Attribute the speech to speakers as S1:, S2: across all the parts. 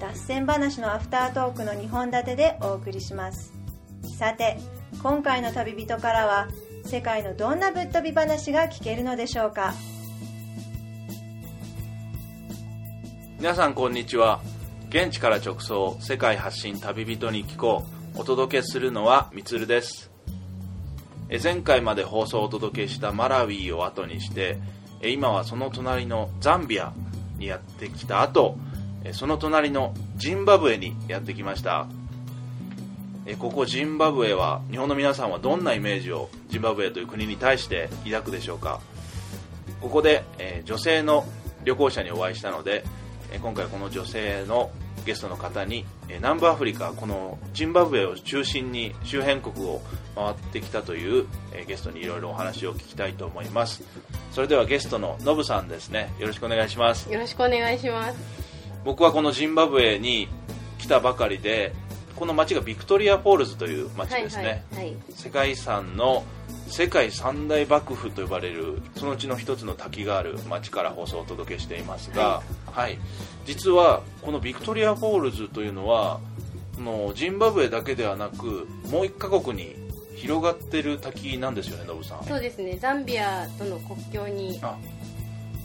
S1: 脱線話のアフタートークの2本立てでお送りしますさて今回の旅人からは世界のどんなぶっ飛び話が聞けるのでしょうか
S2: 皆さんこんにちは現地から直送世界発信旅人に聞こうお届けするのはみつるですえ前回まで放送をお届けしたマラウィを後にしてえ今はその隣のザンビアにやってきた後えその隣のジンバブエにやってきましたえここジンバブエは日本の皆さんはどんなイメージをジンバブエという国に対して抱くでしょうかここで、えー女性の旅行者にお会いしたので、えー今回この女性のゲストの方に、えー南部アフリカこのジンバブエを中心に周辺国を回ってきたという、えーゲストにいろいろお話を聞きたいと思いますそれではゲストのノブさんですねよろしくお願いします
S3: よろしくお願いします。
S2: 僕はこのジンバブエに来たばかりでこの町がビクトリア・フォールズという町
S3: はい
S2: ですね、
S3: はいはい。
S2: 世界遺産の世界三大幕府と呼ばれるそのうちの一つの滝がある町から放送をお届けしていますが、はい実はこのビクトリア・フォールズというのはこのジンバブエだけではなくもう一カ国に広がってる滝なんですよねノブさん
S3: そうですね。ザンビアとの国境に
S2: あ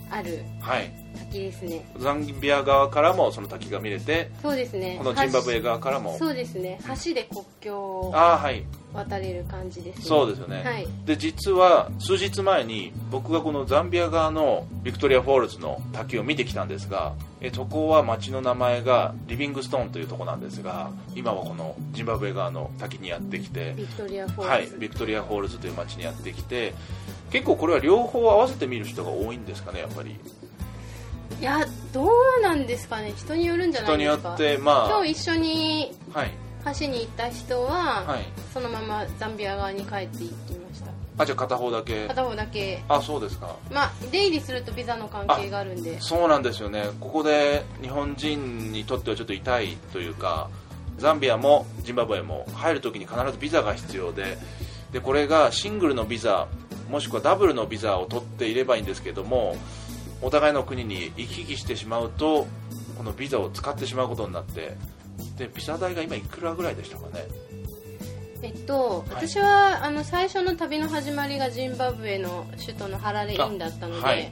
S3: ある
S2: はい
S3: 滝ですね。
S2: ザンビア側からもその滝が見れて
S3: そうですね。
S2: このジンバブエ側から
S3: 橋
S2: も
S3: そうですね。橋で国境を
S2: ああはい
S3: 渡れる感じですね。
S2: そうですよね、
S3: はい。
S2: で実は数日前に僕がこのザンビア側のビクトリア・フォールズの滝を見てきたんですがえそこは町の名前がリビングストーンというところなんですが今はこのジンバブエ側の滝にやってきて、
S3: ビクトリアフォ
S2: は
S3: ー
S2: い
S3: ルズ。、
S2: ビクトリア・フォールズという町にやってきて結構これは両方合わせて見る人が多いんですかねやっぱり
S3: い、や、どうなんですかね。人によるんじゃな
S2: 人
S3: い
S2: に
S3: で
S2: よ
S3: すか。
S2: ってま
S3: 今日一緒に
S2: あはい
S3: 橋に行った人は、
S2: はい
S3: そのままザンビア側に帰って行きました。
S2: あじゃあ片方だけ
S3: 片方だけ。
S2: あそうですか
S3: まあ、出入りするとビザの関係があるんで。
S2: そうなんですよね、ここで日本人にとってはちょっと痛いというか、ザンビアもジンバブエも入るときに必ずビザが必要でで、これがシングルのビザ、もしくはダブルのビザを取っていればいいんですけども、お互いの国に行き来してしまうと、このビザを使ってしまうことになって、でビザ代が今、いくらぐらいでしたかね、
S3: えっと、私はあの最初の旅の始まりがジンバブエの首都のハラレインだったので,、
S2: あはい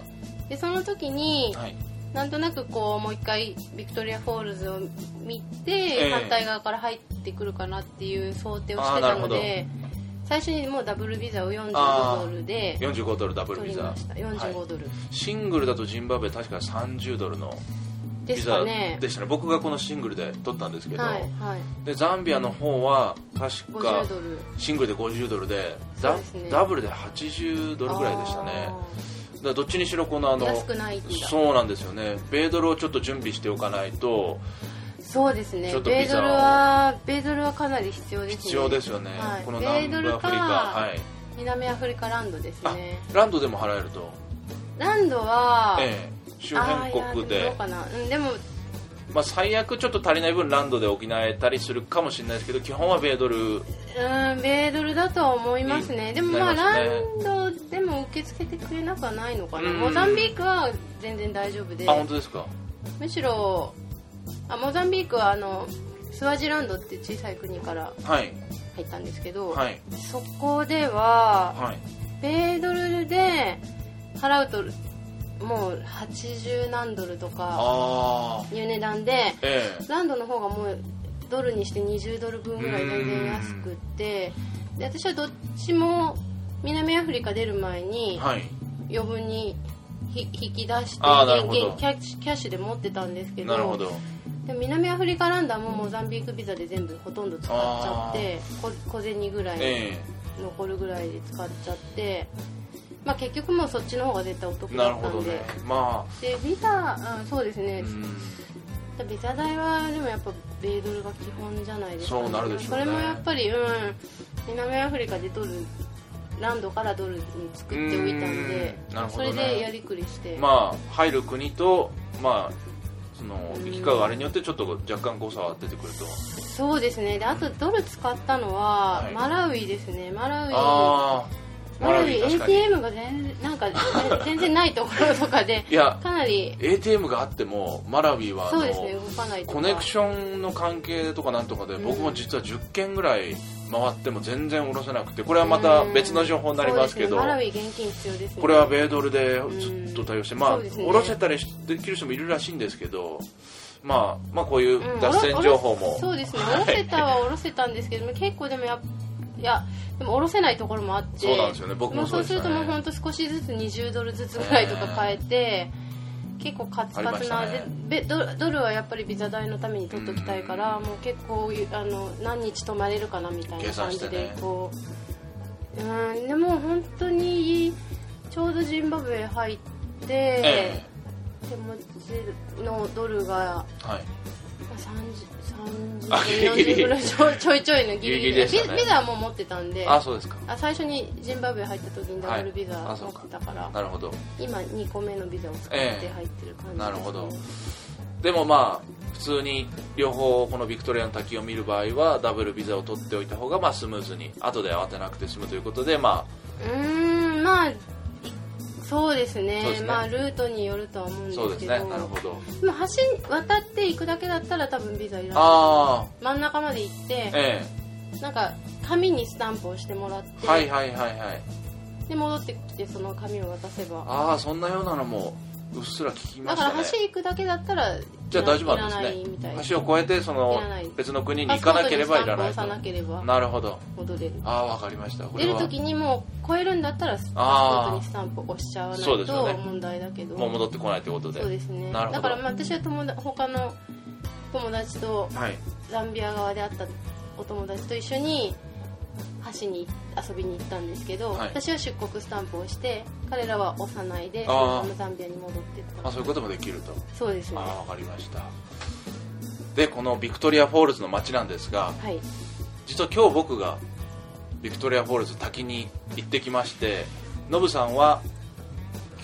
S3: でその時に、
S2: はい、
S3: なんとなくこうもう一回ビクトリア・フォールズを見て、
S2: え
S3: 反対側から入ってくるかなっていう想定をして
S2: あーな
S3: た
S2: る
S3: の
S2: ほど
S3: で最初にもうダブルビザを
S2: あー
S3: 45ドルで
S2: 45ドルダブル
S3: 取
S2: ビ
S3: り
S2: ザ
S3: ました、45ドル
S2: シングルだとジンバブエ、確か30ドルの
S3: で
S2: ビ
S3: す
S2: ザ
S3: かね
S2: でしたね、僕がこのシングルで取ったんですけど。
S3: はいはい
S2: でザンビアの方は確か
S3: 50ドル
S2: シングルで50ドルで
S3: そう
S2: ダ
S3: ですね
S2: ダブルで80ドルぐらいでしたねだからどっちにしろこのあ
S3: あー
S2: の
S3: 安くないんだ
S2: そうなんですよね米ドルをちょっと準備しておかないと
S3: そうですね
S2: ちょっと
S3: 米
S2: ビザを
S3: ドルは米ドルはかなり必要ですね
S2: 必要ですよね、
S3: はい
S2: この南部アフリカ
S3: 米ドルか
S2: はい
S3: 南アフリカランドです
S2: あ
S3: ね
S2: ランドでも払えると、
S3: ランドは、
S2: ええ周辺国
S3: あーいや
S2: で
S3: どうかな、うん、でも
S2: まあ、最悪ちょっと足りない分ランドで補えたりするかもしれないですけど基本は米ドル
S3: うん米ドルだとは思いますねでもまあ
S2: な
S3: ラ
S2: り
S3: ンドでも受け付けてくれなくはないのかな
S2: うん
S3: モザンビークは全然大丈夫で
S2: あ本当ですか
S3: むしろあモザンビークはあのスワジランドって小さい国から
S2: はい
S3: 入ったんですけど、
S2: はい
S3: そこでは
S2: はい
S3: 米ドルで払うともう80何ドルとか
S2: ああ
S3: いう値段で
S2: ええ
S3: ランドの方がもうドルにして20ドル分ぐらい全然安くってで私はどっちも南アフリカ出る前に
S2: はい
S3: 余分にひ引き出して
S2: あーなるほど
S3: 現現キャッシュキャッシュで持ってたんですけど
S2: なるほど
S3: でも南アフリカランドはもうモザンビークビザで全部ほとんど使っちゃってこ小銭ぐらい
S2: ええ
S3: 残るぐらいで使っちゃって、まあ、結局もうそっちの方が絶対お得
S2: な
S3: だ
S2: る
S3: った
S2: ほど
S3: んで、
S2: ねま
S3: でビザ、うん、そうですね、
S2: あ、うん、
S3: とベタ代はでもやっぱ米ドルが基本じゃないですか、
S2: そうなるでしょうね
S3: それもやっぱりうん南アフリカでドルランドからドルに作っておいたんで
S2: うんなるほ
S3: そ
S2: どね
S3: れでやりくりして、
S2: まあ入る国とまあその行き交うあれによってちょっと若干誤差は出てくると
S3: そうですねであとドル使ったのは、
S2: はい
S3: マラウイですねマラウイ
S2: ああ
S3: マ
S2: マ
S3: ラ
S2: ラ
S3: ウ
S2: ビ
S3: イ
S2: ー確かに
S3: ATM が全然なんか 全全然ないところとかで
S2: いや
S3: かなり
S2: ATM があってもマラビーはあ
S3: そう
S2: の、
S3: ですね動かないとか
S2: コネクションの関係とかなんとかで
S3: うん
S2: 僕も実は10件ぐらい回っても全然下ろせなくてこれはまた別の情報になりますけど
S3: そうですねマラウイ現金必要ですね
S2: これは米ドルでずっと対応してまあ
S3: そうですね
S2: 下ろせたりしできる人もいるらしいんですけどまあまあこういう
S3: うん
S2: 脱線情報
S3: お
S2: も
S3: ろそうですね下ろせたは下ろせたんですけども結構でもやっいやでも下ろせないところもあって
S2: そうなんですよね僕も
S3: もう
S2: そ
S3: そうう
S2: ですし
S3: る
S2: た
S3: ともうほ
S2: ね
S3: んと少しずつ20ドルずつぐらいとか変えて、結構カツカ
S2: ありま
S3: ツ
S2: した
S3: な、
S2: ね
S3: でべドルドルはやっぱりビザ代のために取っときたいから、もう結構あの何日泊まれるかなみたい
S2: 計
S3: な
S2: 算
S3: 感
S2: して
S3: じ
S2: ね
S3: でこう、うんでも本当にちょうどジンバブエ入って、
S2: え
S3: 手持ちのドルが
S2: えはい
S3: 30
S2: あギリギリ
S3: 40ぐらいちょいちょいちょいのギリギ
S2: ギリギリ
S3: リ
S2: でしたね
S3: ビビザはもう持ってたんで
S2: あ
S3: あ
S2: そうですか
S3: 最初にジンバブエ入った時にダブルビザ
S2: はいあそ
S3: 持
S2: う
S3: っ
S2: か
S3: てたから、
S2: なるほど
S3: 今2個目のビザを使って
S2: ええ
S3: 入ってる感じですね、
S2: なるほどでもまあ普通に両方このビクトリアの滝を見る場合はダブルビザを取っておいた方がまあスムーズに後で慌てなくて済むということでま
S3: うーんまあいそうですね
S2: そうですね
S3: まあルートによるとは思うん
S2: あ
S3: ですけ
S2: そ
S3: ど
S2: うですねなるほど
S3: でも橋渡っていくだけだったら多分ビザいらない
S2: あ
S3: 真ん中まで行っ
S2: あ
S3: て
S2: え
S3: なんか紙にスタンプをしてもらっ
S2: え
S3: て、
S2: はいはいはいはい
S3: で戻ってきてその紙を渡せば
S2: ああそんなようなのもうっすら聞きま
S3: だ
S2: し
S3: か
S2: た
S3: ら
S2: ね
S3: 橋行くだけだったら
S2: じゃあ大丈夫なん
S3: いら
S2: で
S3: ないみたい
S2: すね橋を越えてそ
S3: い
S2: の
S3: らない
S2: 別の国に行かなければいらない
S3: パスポート
S2: と
S3: にスタンプを押さなければ
S2: なるほど
S3: 戻れる
S2: ああわかりましたこ
S3: 出
S2: れ
S3: る
S2: は
S3: 時にもう超えるんだったらパスポートにスタンプ押しちゃわない
S2: そうですよね
S3: と問題だけど
S2: もう戻ってこないということで
S3: そうですね
S2: なるほど
S3: だからまあ私は友達他の友達と
S2: はい
S3: ザンビア側で会ったお友達と一緒に橋に遊びに行ったんですけど、
S2: はい
S3: 私は出国スタンプをして彼らは押さないでそ
S2: あー
S3: のままザンビアに戻ってった
S2: まあそういうこともできると
S3: そうですね
S2: ああ
S3: は
S2: わかりましたでこのビクトリアフォールズの街なんですが
S3: い
S2: 実は今日僕がビクトリアフォールズ滝に行ってきましてノブさんは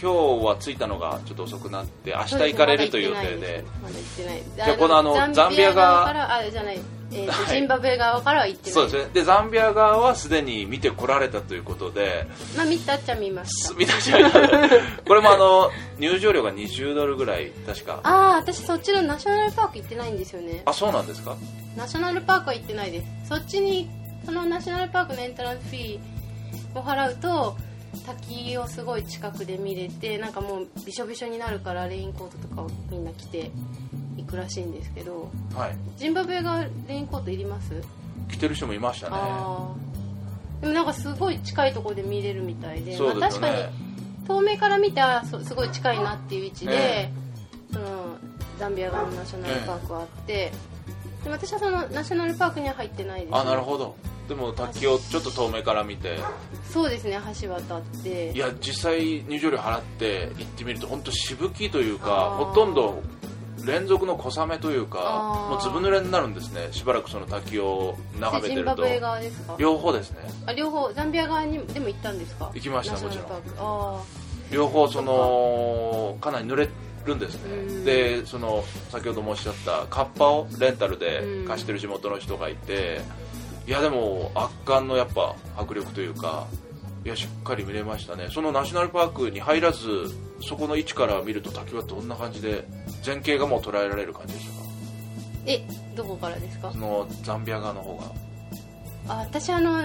S2: 今日は着いたのがちょっと遅くなって明日行かれるという予定で
S3: まだ行ってないすまだ行って
S2: じ
S3: ない
S2: ゃあこのあのザンビア側
S3: 側からあじゃない、えーと
S2: はい
S3: ジンバブエ側からは行ってない
S2: そうですねでザンビア側はすでに見てこられたということで
S3: まあ見たっちゃ見ました
S2: す見たじゃないこれもあの入場料が20ドルぐらい確かあ
S3: ああ私そっちのナショナルパーク行ってないんですよね
S2: そうなんですか
S3: ナショナルパークは行ってないですそっちにそのナショナルパークのエントランスフィーを払うと滝をすごい近くで見れてなんかもうびしょびしょになるからレインコートとかをみんな着て行くらしいんですけど
S2: はい
S3: ジンバブエがレインコートいります、
S2: 来てる人もいましたね
S3: ああでもなんかすごい近いところで見れるみたいで
S2: そう
S3: ま
S2: で
S3: あ、
S2: す
S3: 確
S2: ね
S3: かに遠目から見てあそすごい近いなっていう位置で、
S2: え
S3: そのザンビア側のナショナルパークはあって、で私はそのナショナルパークには入ってないです、
S2: あなるほどでも滝をちょっと遠目から見て
S3: そうですね橋渡って
S2: いや実際入場料払って行ってみると本当しぶきというか
S3: あー
S2: ほとんど連続の小雨というか
S3: あー
S2: もうずぶ濡れになるんですねしばらくその滝を眺め
S3: ジ
S2: てる
S3: ンバ
S2: と
S3: ブエ側ですか
S2: 両方ですね
S3: あ両方ザンビア側にでも行ったんですか
S2: 行きました
S3: ナショナルパーク
S2: もち
S3: あ
S2: 両方そのかなり濡れるんです
S3: う
S2: ね
S3: ん
S2: でその先ほどもおっしゃったカッパをレンタルで
S3: うん
S2: 貸してる地元の人がいていやでも圧巻のやっぱ迫力というかいやしっかり見れましたねそのナショナルパークに入らずそこの位置から見ると滝はどんな感じで全景がもう捉えられる感じでしたか
S3: ーえどこからですか
S2: そのザンビア側の方
S3: あ私あの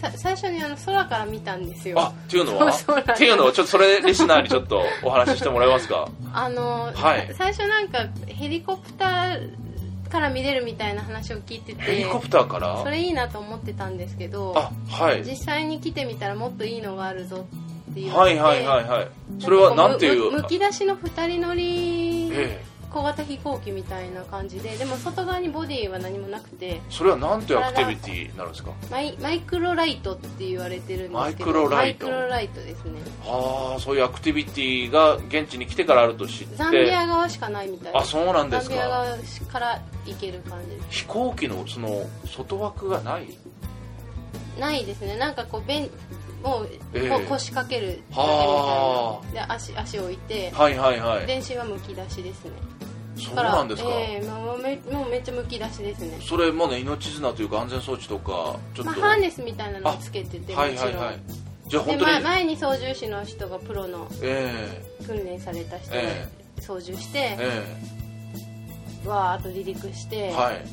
S3: さ最初にあの空から見たんですよ
S2: があっていうのは
S3: そうそうなんです
S2: っていうのをちょっとそれリスナーにちょっとお話ししてもらえます か
S3: あの、
S2: はい
S3: 最初なんかヘリコプターから見れるみたいな話を聞いて
S2: ヘリ
S3: て
S2: コプターから
S3: それいいなと思ってたんですけど
S2: あはい
S3: 実際に来てみたらもっといいのがあるぞっていう
S2: はいはいはいはいそれはなんてい
S3: む
S2: う
S3: むむき出しの2人乗り
S2: え
S3: 小型飛行機みたいな感じででも外側にボディは何もなくて
S2: それはなんてアクティビティになるんですか
S3: マイマイクロライトって言われてるんですけど
S2: マイクロライト
S3: マイクロライトですね
S2: ああそういうアクティビティが現地に来てからあると知っ
S3: ザンビ
S2: て
S3: ア側しかないみたい
S2: あそうなんで
S3: ザン
S2: す
S3: ビア
S2: か
S3: 側から行ける感じで
S2: 飛行機のその外枠がない
S3: すないですねなんかこうベンもう、
S2: ええ
S3: こう腰掛けるだ
S2: は
S3: けみたいなで足足置いて、
S2: はいはいはい
S3: 電子はむき出しですね
S2: そう
S3: だから
S2: なんですか、
S3: ええまあもうめもうめっちゃむき出しですね
S2: それもね命綱というか安全装置とかちょっと、
S3: まあ、ハーネスみたいなのをつけてても
S2: はい
S3: ちろ
S2: は
S3: ん、
S2: いはいじゃあ本
S3: で
S2: 当に
S3: ま前に操縦士の人がプロの
S2: え
S3: 訓練された人が
S2: え
S3: 操縦し
S2: え
S3: て、
S2: え
S3: わーっと離陸して、
S2: えはい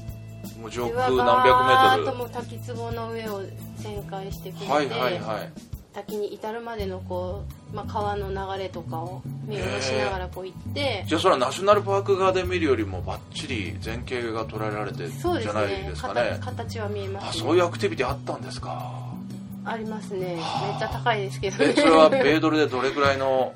S2: もう上
S3: でわ
S2: 空何百メー
S3: ー
S2: ト
S3: っともう滝壺の上を旋回してくれて、
S2: ルはいはいはい
S3: 滝に至るまでのこう、まあ、川の流れとかを見下ろしながらこう行って、
S2: じゃあそれはナショナルパーク側で見るよりもバッチリ前景が捉えられて
S3: そうで
S2: じゃ
S3: す
S2: ない
S3: ね
S2: ですかね
S3: 形形は見えま
S2: あ
S3: す、
S2: そういうアクティビティあったんですか
S3: ありますねめっ
S2: はあ
S3: ちゃ高いですけどね
S2: えそれ は米ドルでどれくらいの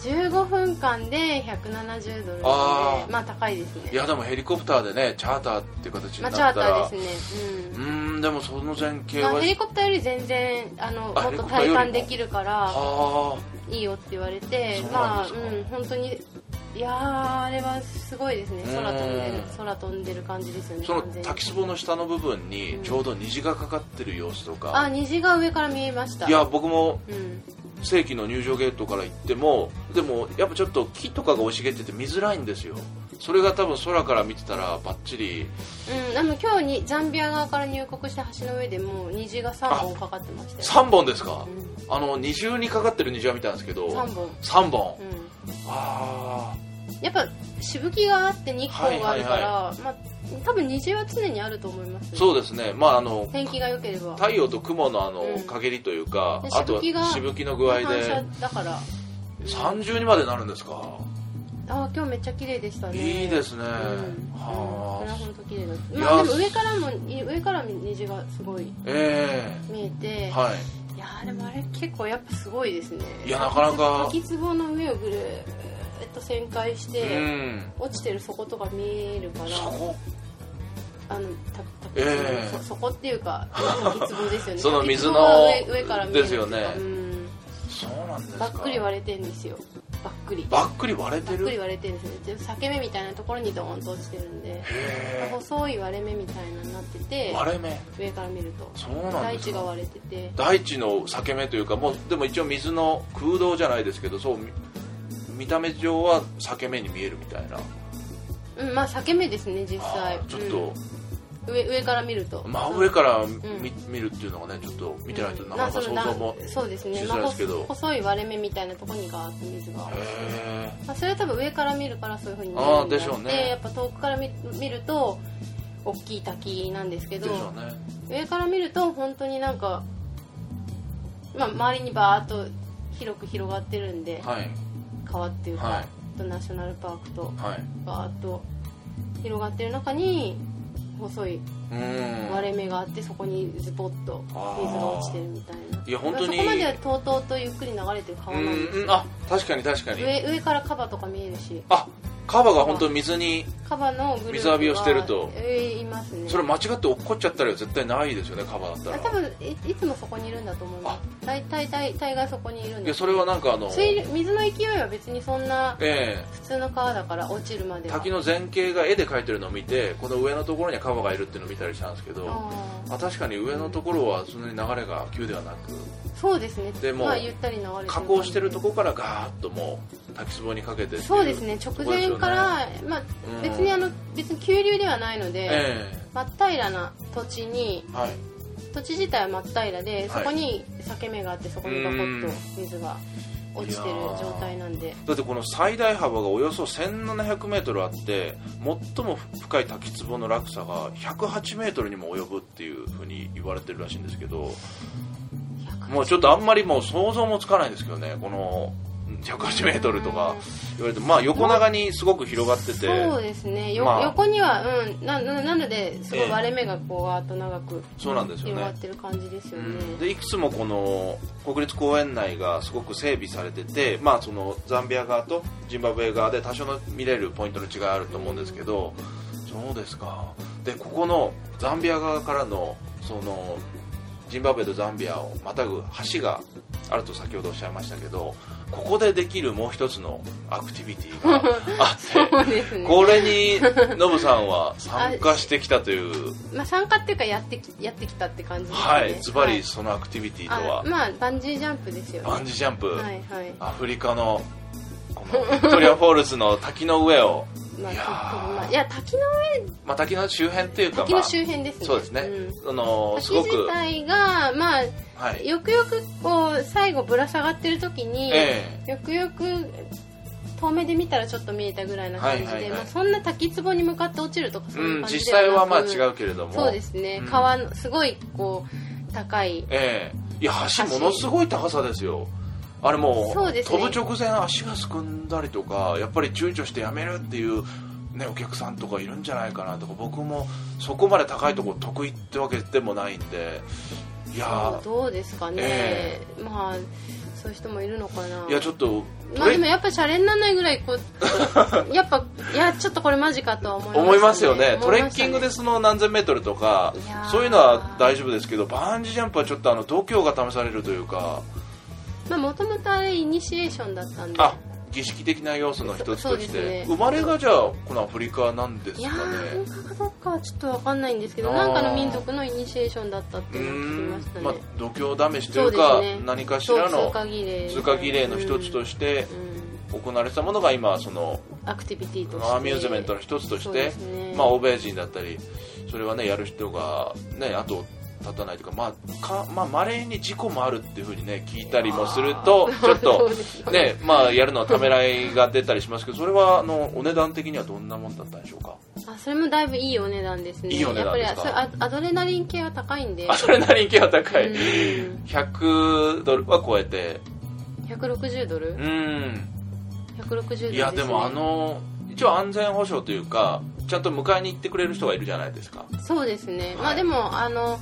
S3: 15分間で170ドルなので
S2: あー
S3: まあ高いですね
S2: いやでもヘリコプターでねチャーターっていう形に
S3: ま
S2: な
S3: あ
S2: っ
S3: チャ
S2: た
S3: ータ
S2: ら、
S3: ーですね、
S2: うーんでもその前
S3: うん
S2: 景
S3: ま
S2: は
S3: あ、ヘリコプターより全然あの
S2: あヘ
S3: もっ
S2: リ
S3: と
S2: コプターより
S3: 体
S2: も
S3: 感できるから
S2: はい
S3: いよって言われて
S2: そう
S3: ま
S2: なん
S3: あ
S2: ですか
S3: うん本当にいやーあれはすごいですね空飛んで
S2: うん
S3: る空飛んでる感じですよ
S2: あ
S3: ね
S2: その
S3: 完全に
S2: 滝壺の下の部分に
S3: うん
S2: ちょうど虹がかかってる様子と
S3: あ
S2: か、
S3: 虹が上から見えました
S2: いや僕も
S3: うん
S2: 正規の入場ゲートから行ってもでもやっぱちょっと木とかが生い茂ってて見づらいんですよそれが多分空から見てたらバッチリ
S3: うん、でも今日にザンビア側から入国した橋の上でもう虹が3本かかってましたよ、
S2: 3本ですか
S3: う
S2: あの二重にかかってる虹は見たんですけど
S3: ん、3本、
S2: 3本
S3: うん、
S2: ああ
S3: やっぱしぶきがあって日光があるから、
S2: はいは
S3: まあ、多分虹は常にあると思います、
S2: そうですねまああの
S3: 天気が良ければ
S2: 太陽と雲のあの
S3: うん
S2: 陰りというか、
S3: で
S2: あとは
S3: しぶきが
S2: しぶきの具合
S3: 反射
S2: で
S3: だから
S2: 30にまでなるんですか、
S3: あー今日めっちゃ綺麗でしたね
S2: いいですね、
S3: うんこれは
S2: はあ
S3: 本当綺麗だった
S2: いや
S3: まあでも上からもい上から虹がすごい
S2: え
S3: 見え
S2: え
S3: て、、
S2: はい
S3: やーでもあれ結構やっぱすごいですね
S2: いやなかなか
S3: 滝壺の上をぐるーっと旋回し
S2: い
S3: て、
S2: うん
S3: 落ちてる底とか見えるから
S2: そこ
S3: あのたた
S2: ええ
S3: そそこってい うか滝壺ですよね
S2: その水の
S3: 滝壺が上上から見える
S2: ですよね
S3: うん
S2: そうなんですか
S3: ばっくり割れてんですよばっくり
S2: ばっくり割れて
S3: ばっくり
S2: る
S3: 割れてるんですねで裂け目みたいなところにドーンと落ちてるんで
S2: へ
S3: 細い割れ目みたいなのになって
S2: え
S3: て
S2: 割れ目
S3: 上から見ると
S2: そうなん
S3: 大
S2: です
S3: 地が
S2: か
S3: 割れてて
S2: 大地の裂け目というかもうでも一応水の空洞じゃないですけどそうみ見た目上は裂け目に見えるみたいな
S3: うんまあ裂け目ですね実際
S2: あーちょっと、
S3: うん上上から見ると
S2: 真上から見,、見るっていうのがねちょっと見てないとなかなか想像も
S3: まあそのなそうですね
S2: しづらいですけど
S3: まあ細い割れ目みたいなところにガーッと水が
S2: へ
S3: まあ、それは多分上から見るからそういうふうに見え
S2: あ
S3: る
S2: ー
S3: んで
S2: でしょうね
S3: やっぱ遠くから見見ると大きい滝なんですけ
S2: え
S3: ど
S2: でしょうね
S3: 上から見ると本当になんか、まあ、周りにバーっと広く広がってるんで、
S2: はい
S3: 川っていうか、
S2: はい
S3: あとナショナルパークと
S2: はい
S3: バーっと広がってる中に細いう
S2: ーん
S3: 割れ目があってそこにズボッと水が落ちてるみたいな
S2: ーいや本当に
S3: そこまではとうとうとゆっくり流れてる川なんです
S2: う
S3: よ
S2: んあ確かに確かに
S3: 上上からカバとか見えるし
S2: あカバが本当に水に
S3: カバのグループが
S2: 水浴びをしてると
S3: えーいますね
S2: それ間違って落っこっちゃったら絶対ないですよねカバだった
S3: あ
S2: ら
S3: 多分いいつもそこにいるんだと思います大体大大概そこにいるん
S2: い
S3: で
S2: や
S3: す
S2: それはなんかあの
S3: 水水の勢いは別にそんな
S2: ええ
S3: 普通の川だから落ちるまでは
S2: 滝の前景が絵で描いてるのを見てこの上のところにはカバがいるっていうのを見たりしたんですけど
S3: あー
S2: あ確かに上のところはそんなに流れが急ではなく
S3: そうですね
S2: でも
S3: まあ、ゆったり流れてる
S2: 加工してるとこからガーッともう滝壺にかけてってい
S3: そうですね
S2: とこ
S3: 直
S2: ですよ
S3: 前
S2: ね
S3: から、まあ、
S2: うん
S3: 別にあの別に急流ではないので、
S2: え
S3: 真っ平らな土地に
S2: えはい
S3: 土地自体は真っ平らで
S2: い
S3: そこに裂け目があってそこにバコッと水が落ちてる状態なんで
S2: だってこの最大幅がおよそ 1700m あって最も深い滝壺の落差が 108m にも及ぶっていうふうに言われてるらしいんですけどもうちょっとあんまりもう想像もつかないんですけどねこの 180m とか言われて、まあ、横長にすごく広がってて
S3: そうですね、よ
S2: まあ
S3: 横には、うん、なななのですごい割れ目がこうわーっと長く
S2: そうなんですよね
S3: 広がってる感じですよね、
S2: うんでいくつもこの国立公園内がすごく整備されてて、まあ、そのザンビア側とジンバブエ側で多少の見れるポイントの違いがあると思うんですけどそうですかでここのザンビア側からのそのジンバブエとザンビアをまたぐ橋があると先ほどおっしゃいましたけどここでできるもう一つのアクティビティが あっ
S3: そうです
S2: て
S3: ね、
S2: これにノブさんは参加してきたという
S3: まあ、参加っていうかやってきやってきたって感じですね
S2: はいズバリそのアクティビティと
S3: あ
S2: は。
S3: まあバンジージャンプですよね
S2: バンジージャンプ、
S3: はいはい
S2: アフリカのこのビクトリアフォールズの滝の上を、
S3: まあ、
S2: い
S3: ち
S2: や
S3: ょっと
S2: ー
S3: まあいや滝の
S2: まあ、滝の周辺っていうか、
S3: 滝
S2: まあ、
S3: の周辺ですね、
S2: そうですね、
S3: ん
S2: あのす
S3: 滝
S2: ごく
S3: 自、体がまあ
S2: はい
S3: よくよくこう最後ぶら下がってる時に、
S2: え
S3: よくよく遠目で見たらちょっと見えたぐらいな感じ
S2: は
S3: で、
S2: いはいはい
S3: まあ、そんな滝壺に向かって落ちるとかそういう
S2: うん、
S3: 感じ
S2: 実
S3: ではなく
S2: 際はまあ違うけれども
S3: そうですね、
S2: うん
S3: 川のすごいこう高い
S2: ええいや橋
S3: 橋
S2: ものすごい高さですよあれも
S3: そうですね
S2: 飛ぶ直前足がすくんだりとかやっぱり躊躇してやめるっていう、ね、お客さんとかいるんじゃないかなとか僕もそこまで高いとこ得意ってわけでもないんでいやー
S3: どうですかね、
S2: え
S3: まあそういう人もいるのかない
S2: やちょっと
S3: まあでもやっぱシャレにならないぐらい こうやっぱいやちょっとこれマジかとは思いました、
S2: 思いますよねト
S3: 思い
S2: レ
S3: ま
S2: ッ
S3: し
S2: キ
S3: たね
S2: ングでその何千メートルとか
S3: いやー
S2: そういうのは大丈夫ですけどバンジージャンプはちょっとあの度胸が試されるというか
S3: まあもともとあれイニシエーションだったんで
S2: あ儀式的な要素の一つ
S3: そう
S2: と
S3: で
S2: し
S3: す
S2: て、
S3: ね
S2: 生まれがじゃあこのアフリカなんです
S3: い
S2: か
S3: や
S2: ね
S3: ー本格どっかはちょっとわかんないんですけど
S2: あー
S3: なんかの民族のイニシエーションだったって
S2: うー
S3: いうの
S2: ん
S3: を聞きましたね、
S2: まあ度胸試しというか
S3: そうですね
S2: 何かし
S3: そう
S2: らの
S3: 通過儀礼
S2: 通過儀礼の一つと
S3: し
S2: して
S3: て、うん
S2: 行われたものが今その
S3: アクティビティとして
S2: アミューズメントの一つとし
S3: そう
S2: て
S3: ですね
S2: まあ、欧米人だったりそれはねやる人がね後を絶たないというかまあかまあ稀に事故もあるっていうふうにね聞いたりもするとちょっ
S3: そ
S2: と
S3: うですよ
S2: ねまあやるのはためらいが出たりしますけどそれはあのお値段的にはどんなもんだったんでしょうか
S3: あそれもだいぶいいお値段ですね
S2: いいお値段ですか
S3: やっぱりあそれアドレナリン系は高いんで
S2: アドレナリン系は高い
S3: うん
S2: 100ドルは超えて
S3: 160ドル
S2: うん
S3: 160ドルすね
S2: いやでもあの一応安全保障というかちゃんと迎えに行ってくれる人がいるじゃないですか
S3: そうですね、ま
S2: は
S3: あ
S2: い
S3: でもあの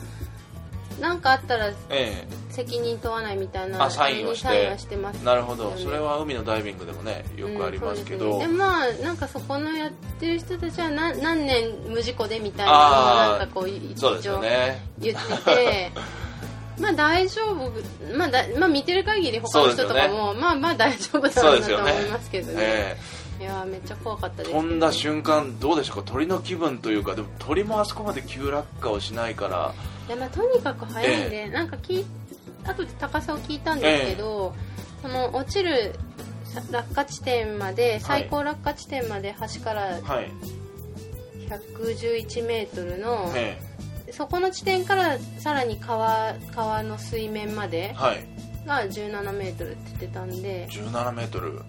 S3: なんかあったら
S2: え
S3: 責任問わないみたいな
S2: あサインをして
S3: あれにサインはしてます
S2: えなるほど
S3: よね
S2: それは海のダイビングでもねよくありますけど、
S3: うんそうですねでまあなんかそこのやってる人たちは何何年無事故でみたいなのを
S2: あー
S3: なんかこう一
S2: そうですよ
S3: 応
S2: ね
S3: 言って てまあ大丈夫、まあ、だまあ見てる限り他の人と
S2: そうで
S3: か
S2: す
S3: も、まあまあ大丈夫だ
S2: そう
S3: ろ
S2: で
S3: う
S2: す
S3: なと
S2: よ
S3: は
S2: ね
S3: 思いますけどね
S2: え
S3: いやーめっちゃ怖かったで
S2: え
S3: すけど
S2: 飛んだ瞬間どうでしょうか鳥の気分というかでも鳥もあそこまで急落下をしないから
S3: いやまあとにかく早いんで、なんかき後で高さを聞いたんですけど、その落ちるさ落下地点まで最高落下地点まで橋から
S2: はい、
S3: 111メートルの、
S2: え
S3: そこの地点からさらに川川の水面ま
S2: え
S3: で
S2: はい、
S3: が17メートルって言ってたんで
S2: 1 7メートル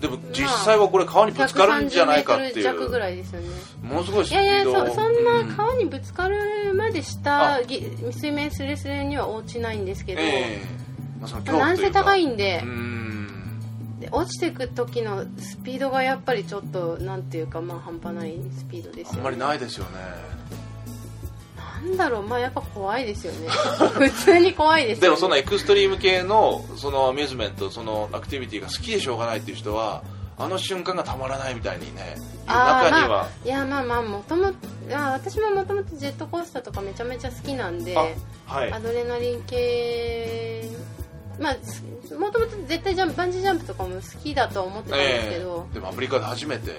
S2: でも実際はこれ川にぶつかるんじゃないかってい
S3: 130メートル弱
S2: う
S3: ぐらいですよね
S2: ものすごいス
S3: い
S2: ピード
S3: やいやそそん
S2: う
S3: な川にぶつかるまで下、
S2: あ
S3: ぎ水面すれすれには落ちないんですけど、
S2: ええまあ、その恐
S3: まあ
S2: 怖
S3: なん
S2: とい
S3: せ
S2: うか
S3: 高い
S2: ー
S3: うんで、
S2: ん
S3: で落ちてく時のスピードがやっぱりちょっとなんていうかまあ半端ないスピードですよ、
S2: あ
S3: ね、
S2: んまりないですよね
S3: なんだろうまあやっぱ怖いですよね普通に怖いですよ、ね、
S2: でもそんなエクストリーム系のそのアミューズメントそのアクティビティが好きでしょうがないっていう人はあの瞬間がたまらないみたいにね
S3: あー
S2: 中に
S3: ま
S2: は、
S3: いやまあまあもともいや私ももともとジェットコースターとかめちゃめちゃ好きなんで
S2: あはい
S3: アドレナリン系まあすもともと絶対ジャンプバンジージャンプとかも好きだとは思ってたんですけど、
S2: ええでもアフリカで初めて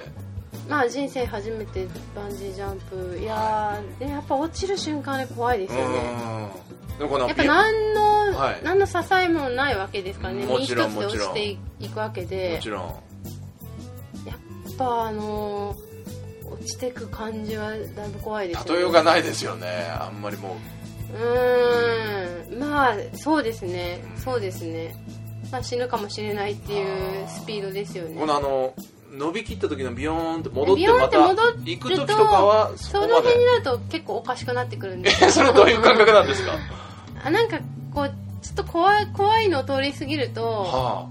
S3: まあ人生初めてバンジージャンプいやーねやっぱ落ちる瞬間あれ怖いですよね
S2: うんでもこの
S3: やっぱ何の、
S2: はい
S3: 何の支えもないわけですからね
S2: も
S3: 身一
S2: ち
S3: つ
S2: ろ
S3: で
S2: んも
S3: 落
S2: ちろん
S3: ちていくわけ
S2: も
S3: で
S2: ちろん
S3: やっぱあのー落ちてく感じはだいぶ怖いですよね
S2: 例えようがないですよねあんまりも
S3: うーんまあそうですね
S2: うん
S3: そうですね、まあ、死ぬかもしれないっていうスピードですよ
S2: う
S3: ね
S2: このあの伸びきった時のビヨーンって戻っ
S3: ビ
S2: て
S3: ヨーン
S2: ま
S3: って
S2: た
S3: 戻ると
S2: 行く時とかはそ
S3: そ
S2: こ
S3: の
S2: ま
S3: 辺に
S2: で
S3: なると結構おかしくなってくるんで
S2: それどういう感覚なんですか
S3: あなんかこうちょっと怖い怖いのを通り過ぎると
S2: は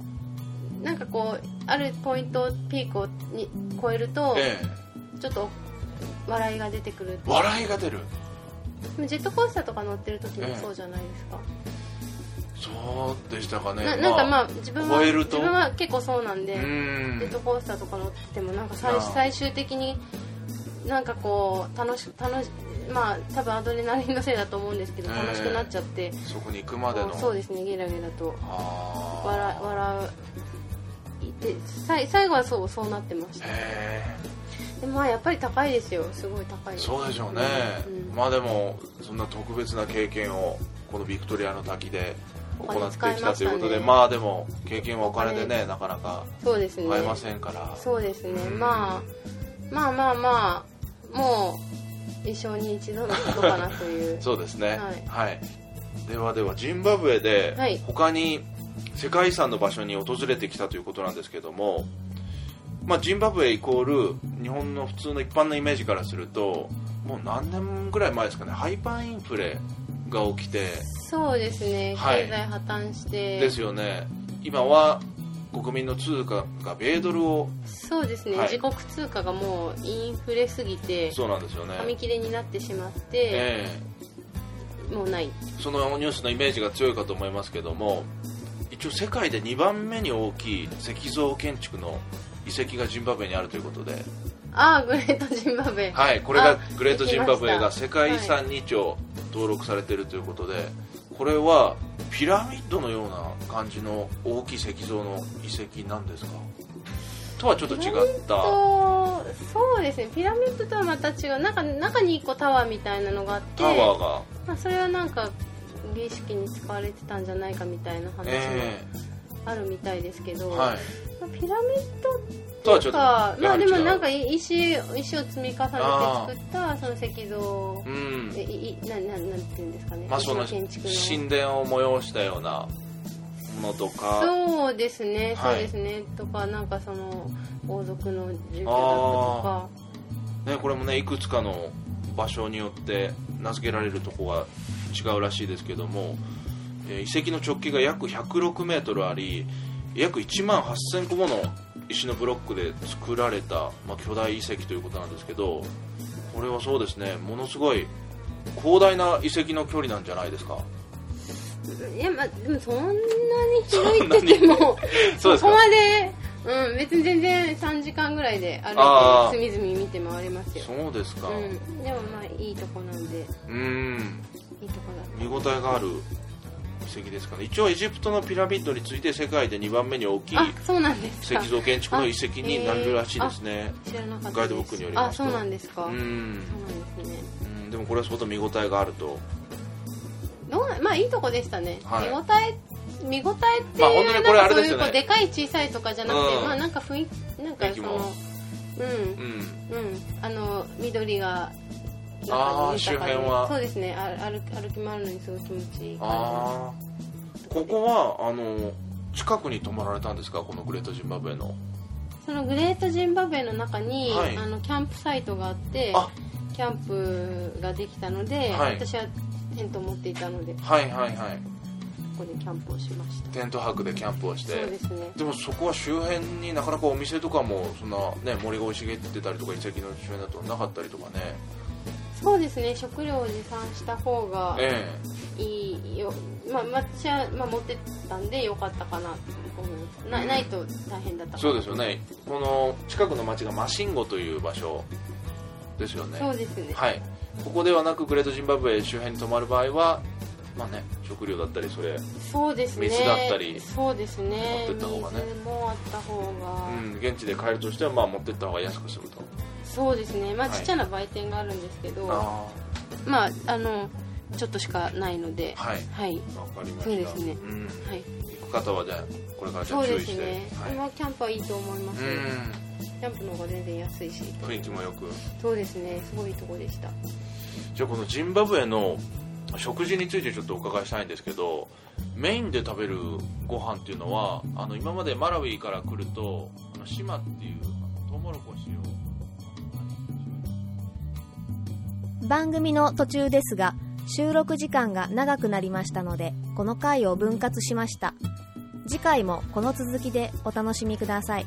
S3: なんかこうあるポイントピークをに超えると、
S2: ええ
S3: ちょっと笑いが出てくる
S2: 笑いが出る
S3: でもジェットコースターとか乗ってる時もそうじゃないですか、
S2: そうでしたかね
S3: ななんかまあ自分は
S2: 超えると
S3: 自分は結構そうなんで、
S2: う
S3: ジェッ
S2: ん
S3: トコースターとか乗っててもなんか最
S2: ああ
S3: 最終的になんかこう楽し楽しまあ多分アドレナリンのせいだと思うんですけど
S2: ええ
S3: 楽しくなっちゃって、
S2: そこに行くまでの
S3: こうそうですねゲラゲラと
S2: あー
S3: 笑笑うでさい最後はそうそうなってました
S2: へ
S3: でもまあやっぱり高いですよすごい高い
S2: え
S3: です
S2: そうでしょうね、
S3: うん
S2: まあでもそんな特別な経験をこのビクトリアの滝で行ってきたということで
S3: お金使いましたね
S2: まあでも経験はお金でねなかなか
S3: そうですね
S2: 買えませんから
S3: そうですね、
S2: うん
S3: まあ、まあまあまあもう一生に一度のことかなという
S2: そうですねは、
S3: はい
S2: ではではジンバブエで
S3: はい
S2: 他に世界遺産の場所に訪れてきたということなんですけども、まあ、ジンバブエイコール日本の普通の一般のイメージからするともう何年ぐらい前ですかねハイパーインフレが起きて
S3: そうですね、
S2: はい
S3: 経済破綻して
S2: ですよね今は国民の通貨が米ドルを
S3: そうですね、
S2: はい
S3: 自国通貨がもうインフレすぎて
S2: そうなんですよ
S3: 紙
S2: ね、
S3: 切れになってしまって、
S2: ええ
S3: もうない
S2: そのニュースのイメージが強いかと思いますけども一応世界で2番目に大きい石像建築の遺跡がジンバブエにあるということで、
S3: ああグレート ジンバブエ
S2: はい、これが
S3: あ
S2: グレートジンバブエが
S3: 聞きました
S2: 世界遺産に一応登録されているということで、これはピラミッドのような感じの大きい石像の遺跡なんですかとはちょっと違った
S3: とそうですねピラミッドとはまた違うなんか中に1個タワーみたいなのがあって
S2: タワーが、
S3: まあ、それはなんか儀式に使われてたんじゃないかみたいな話も
S2: え
S3: あるみたいですけど、
S2: えはい、
S3: まあピラミッド
S2: とはちょ
S3: と
S2: っと
S3: か、まあ、でもなんか
S2: やはり違う
S3: い石石を積み重ねて作ったその石像
S2: うん
S3: えいいなななんていうんですかね、
S2: まあ、その
S3: 石建築の
S2: 神殿を催したようなものとか
S3: そうですね、
S2: はい
S3: そうですねとかなんかその王族の住居だとか
S2: ね、これもねいくつかの場所によって名付けられるとこが違うらしいですけども、えー遺跡の直径が約106メートルあり約1万8000個もの石のブロックで作られた、まあ、巨大遺跡ということなんですけどこれはそうですねものすごい広大な遺跡の距離なんじゃないですか
S3: いやまあでもそんなに広いって言っても
S2: そうです
S3: こ
S2: か
S3: まで、うん、別に全然3時間ぐらいで
S2: あ
S3: 歩
S2: ー
S3: いて隅々見て回れますよ
S2: そうですか
S3: うん、でもまあいいとこなんで
S2: うん
S3: いいとこだった
S2: 見応えがある遺跡ですかね一応エジプトのピラミッドについて世界で2番目に大きい
S3: あそうなんですか
S2: 石像建築の遺跡になるらしいですね、
S3: 知らなかったです
S2: ガイドブックによりますと
S3: あそうなんですか、
S2: う
S3: そ
S2: ん
S3: うなんですね
S2: うんでもこれは相当見応えがあると
S3: どうなまあいいとこでしたね、
S2: はい
S3: 見応え見応えってい
S2: ま
S3: う、
S2: あ本当にこれあれ
S3: なんかそう
S2: です
S3: い
S2: よ
S3: う
S2: ね
S3: こうでかい小さいとかじゃなくて、
S2: うん
S3: まあなんか雰囲気なんか
S2: 雰囲気
S3: そ
S2: も
S3: のうん
S2: うん
S3: うんあの緑が
S2: あー
S3: 中
S2: 周
S3: に豊かで
S2: 辺は
S3: そうですねあ歩歩き回るのにすごい気持ちいい感
S2: ああここはあの近くに泊まられたんですかこのグレートジンバブエの
S3: じそのグレートジンバブエの中に、
S2: はい
S3: あのキャンプサイトがあって
S2: あ
S3: キャンプができたので、
S2: はい
S3: 私はテントを持っていたのでこ
S2: はいはいはい
S3: こでキャンプをしました
S2: テント泊でキャンプをして
S3: そうですね
S2: でもそこは周辺になかなかお店とかもそんな、ね、森が生い茂ってたりとか遺跡の周辺だとなかったりとかね
S3: そうですね食料を持参した方が
S2: え
S3: いいよ、まあ、私は、まあ、持ってったんでよかったかなと思いますなないと大変だっ
S2: え
S3: たかな
S2: そうですよねこの近くの町がマシンゴという場所ですよね
S3: そうですね
S2: はい、ここではなくグレートジンバブエ周辺に泊まる場合は、まあね、食料だったりそれ、
S3: そうですね
S2: 水だったり
S3: そうですね
S2: 持ってった方がね
S3: 水もあった方
S2: う
S3: が、
S2: ん、現地で買えるとしては、まあ、持ってった方が安くすると
S3: そうですねまあ
S2: はい
S3: ちっちゃな売店があるんですけど、
S2: あ
S3: まああのちょっとしかないので
S2: あはい
S3: はい、
S2: わかりました
S3: そうですね
S2: ん、
S3: はい、
S2: 行く方はじゃあこれからじゃ
S3: そ
S2: あ
S3: う
S2: 注意
S3: で
S2: し
S3: す
S2: て、
S3: ね、
S2: は
S3: 今キャンプはいいと思います、
S2: い、
S3: キャンプの方が全然安いし
S2: うん雰囲気もよく
S3: そうですねすごいいいとこでした
S2: じゃあこのジンバブエの食事についてちょっとお伺いしたいんですけどメインで食べるご飯っていうのはあの今までマラウイから来るとあのシマっていうあのトウモロコシを
S4: 番組の途中ですが収録時間が長くなりましたのでこの回を分割しました次回もこの続きでお楽しみください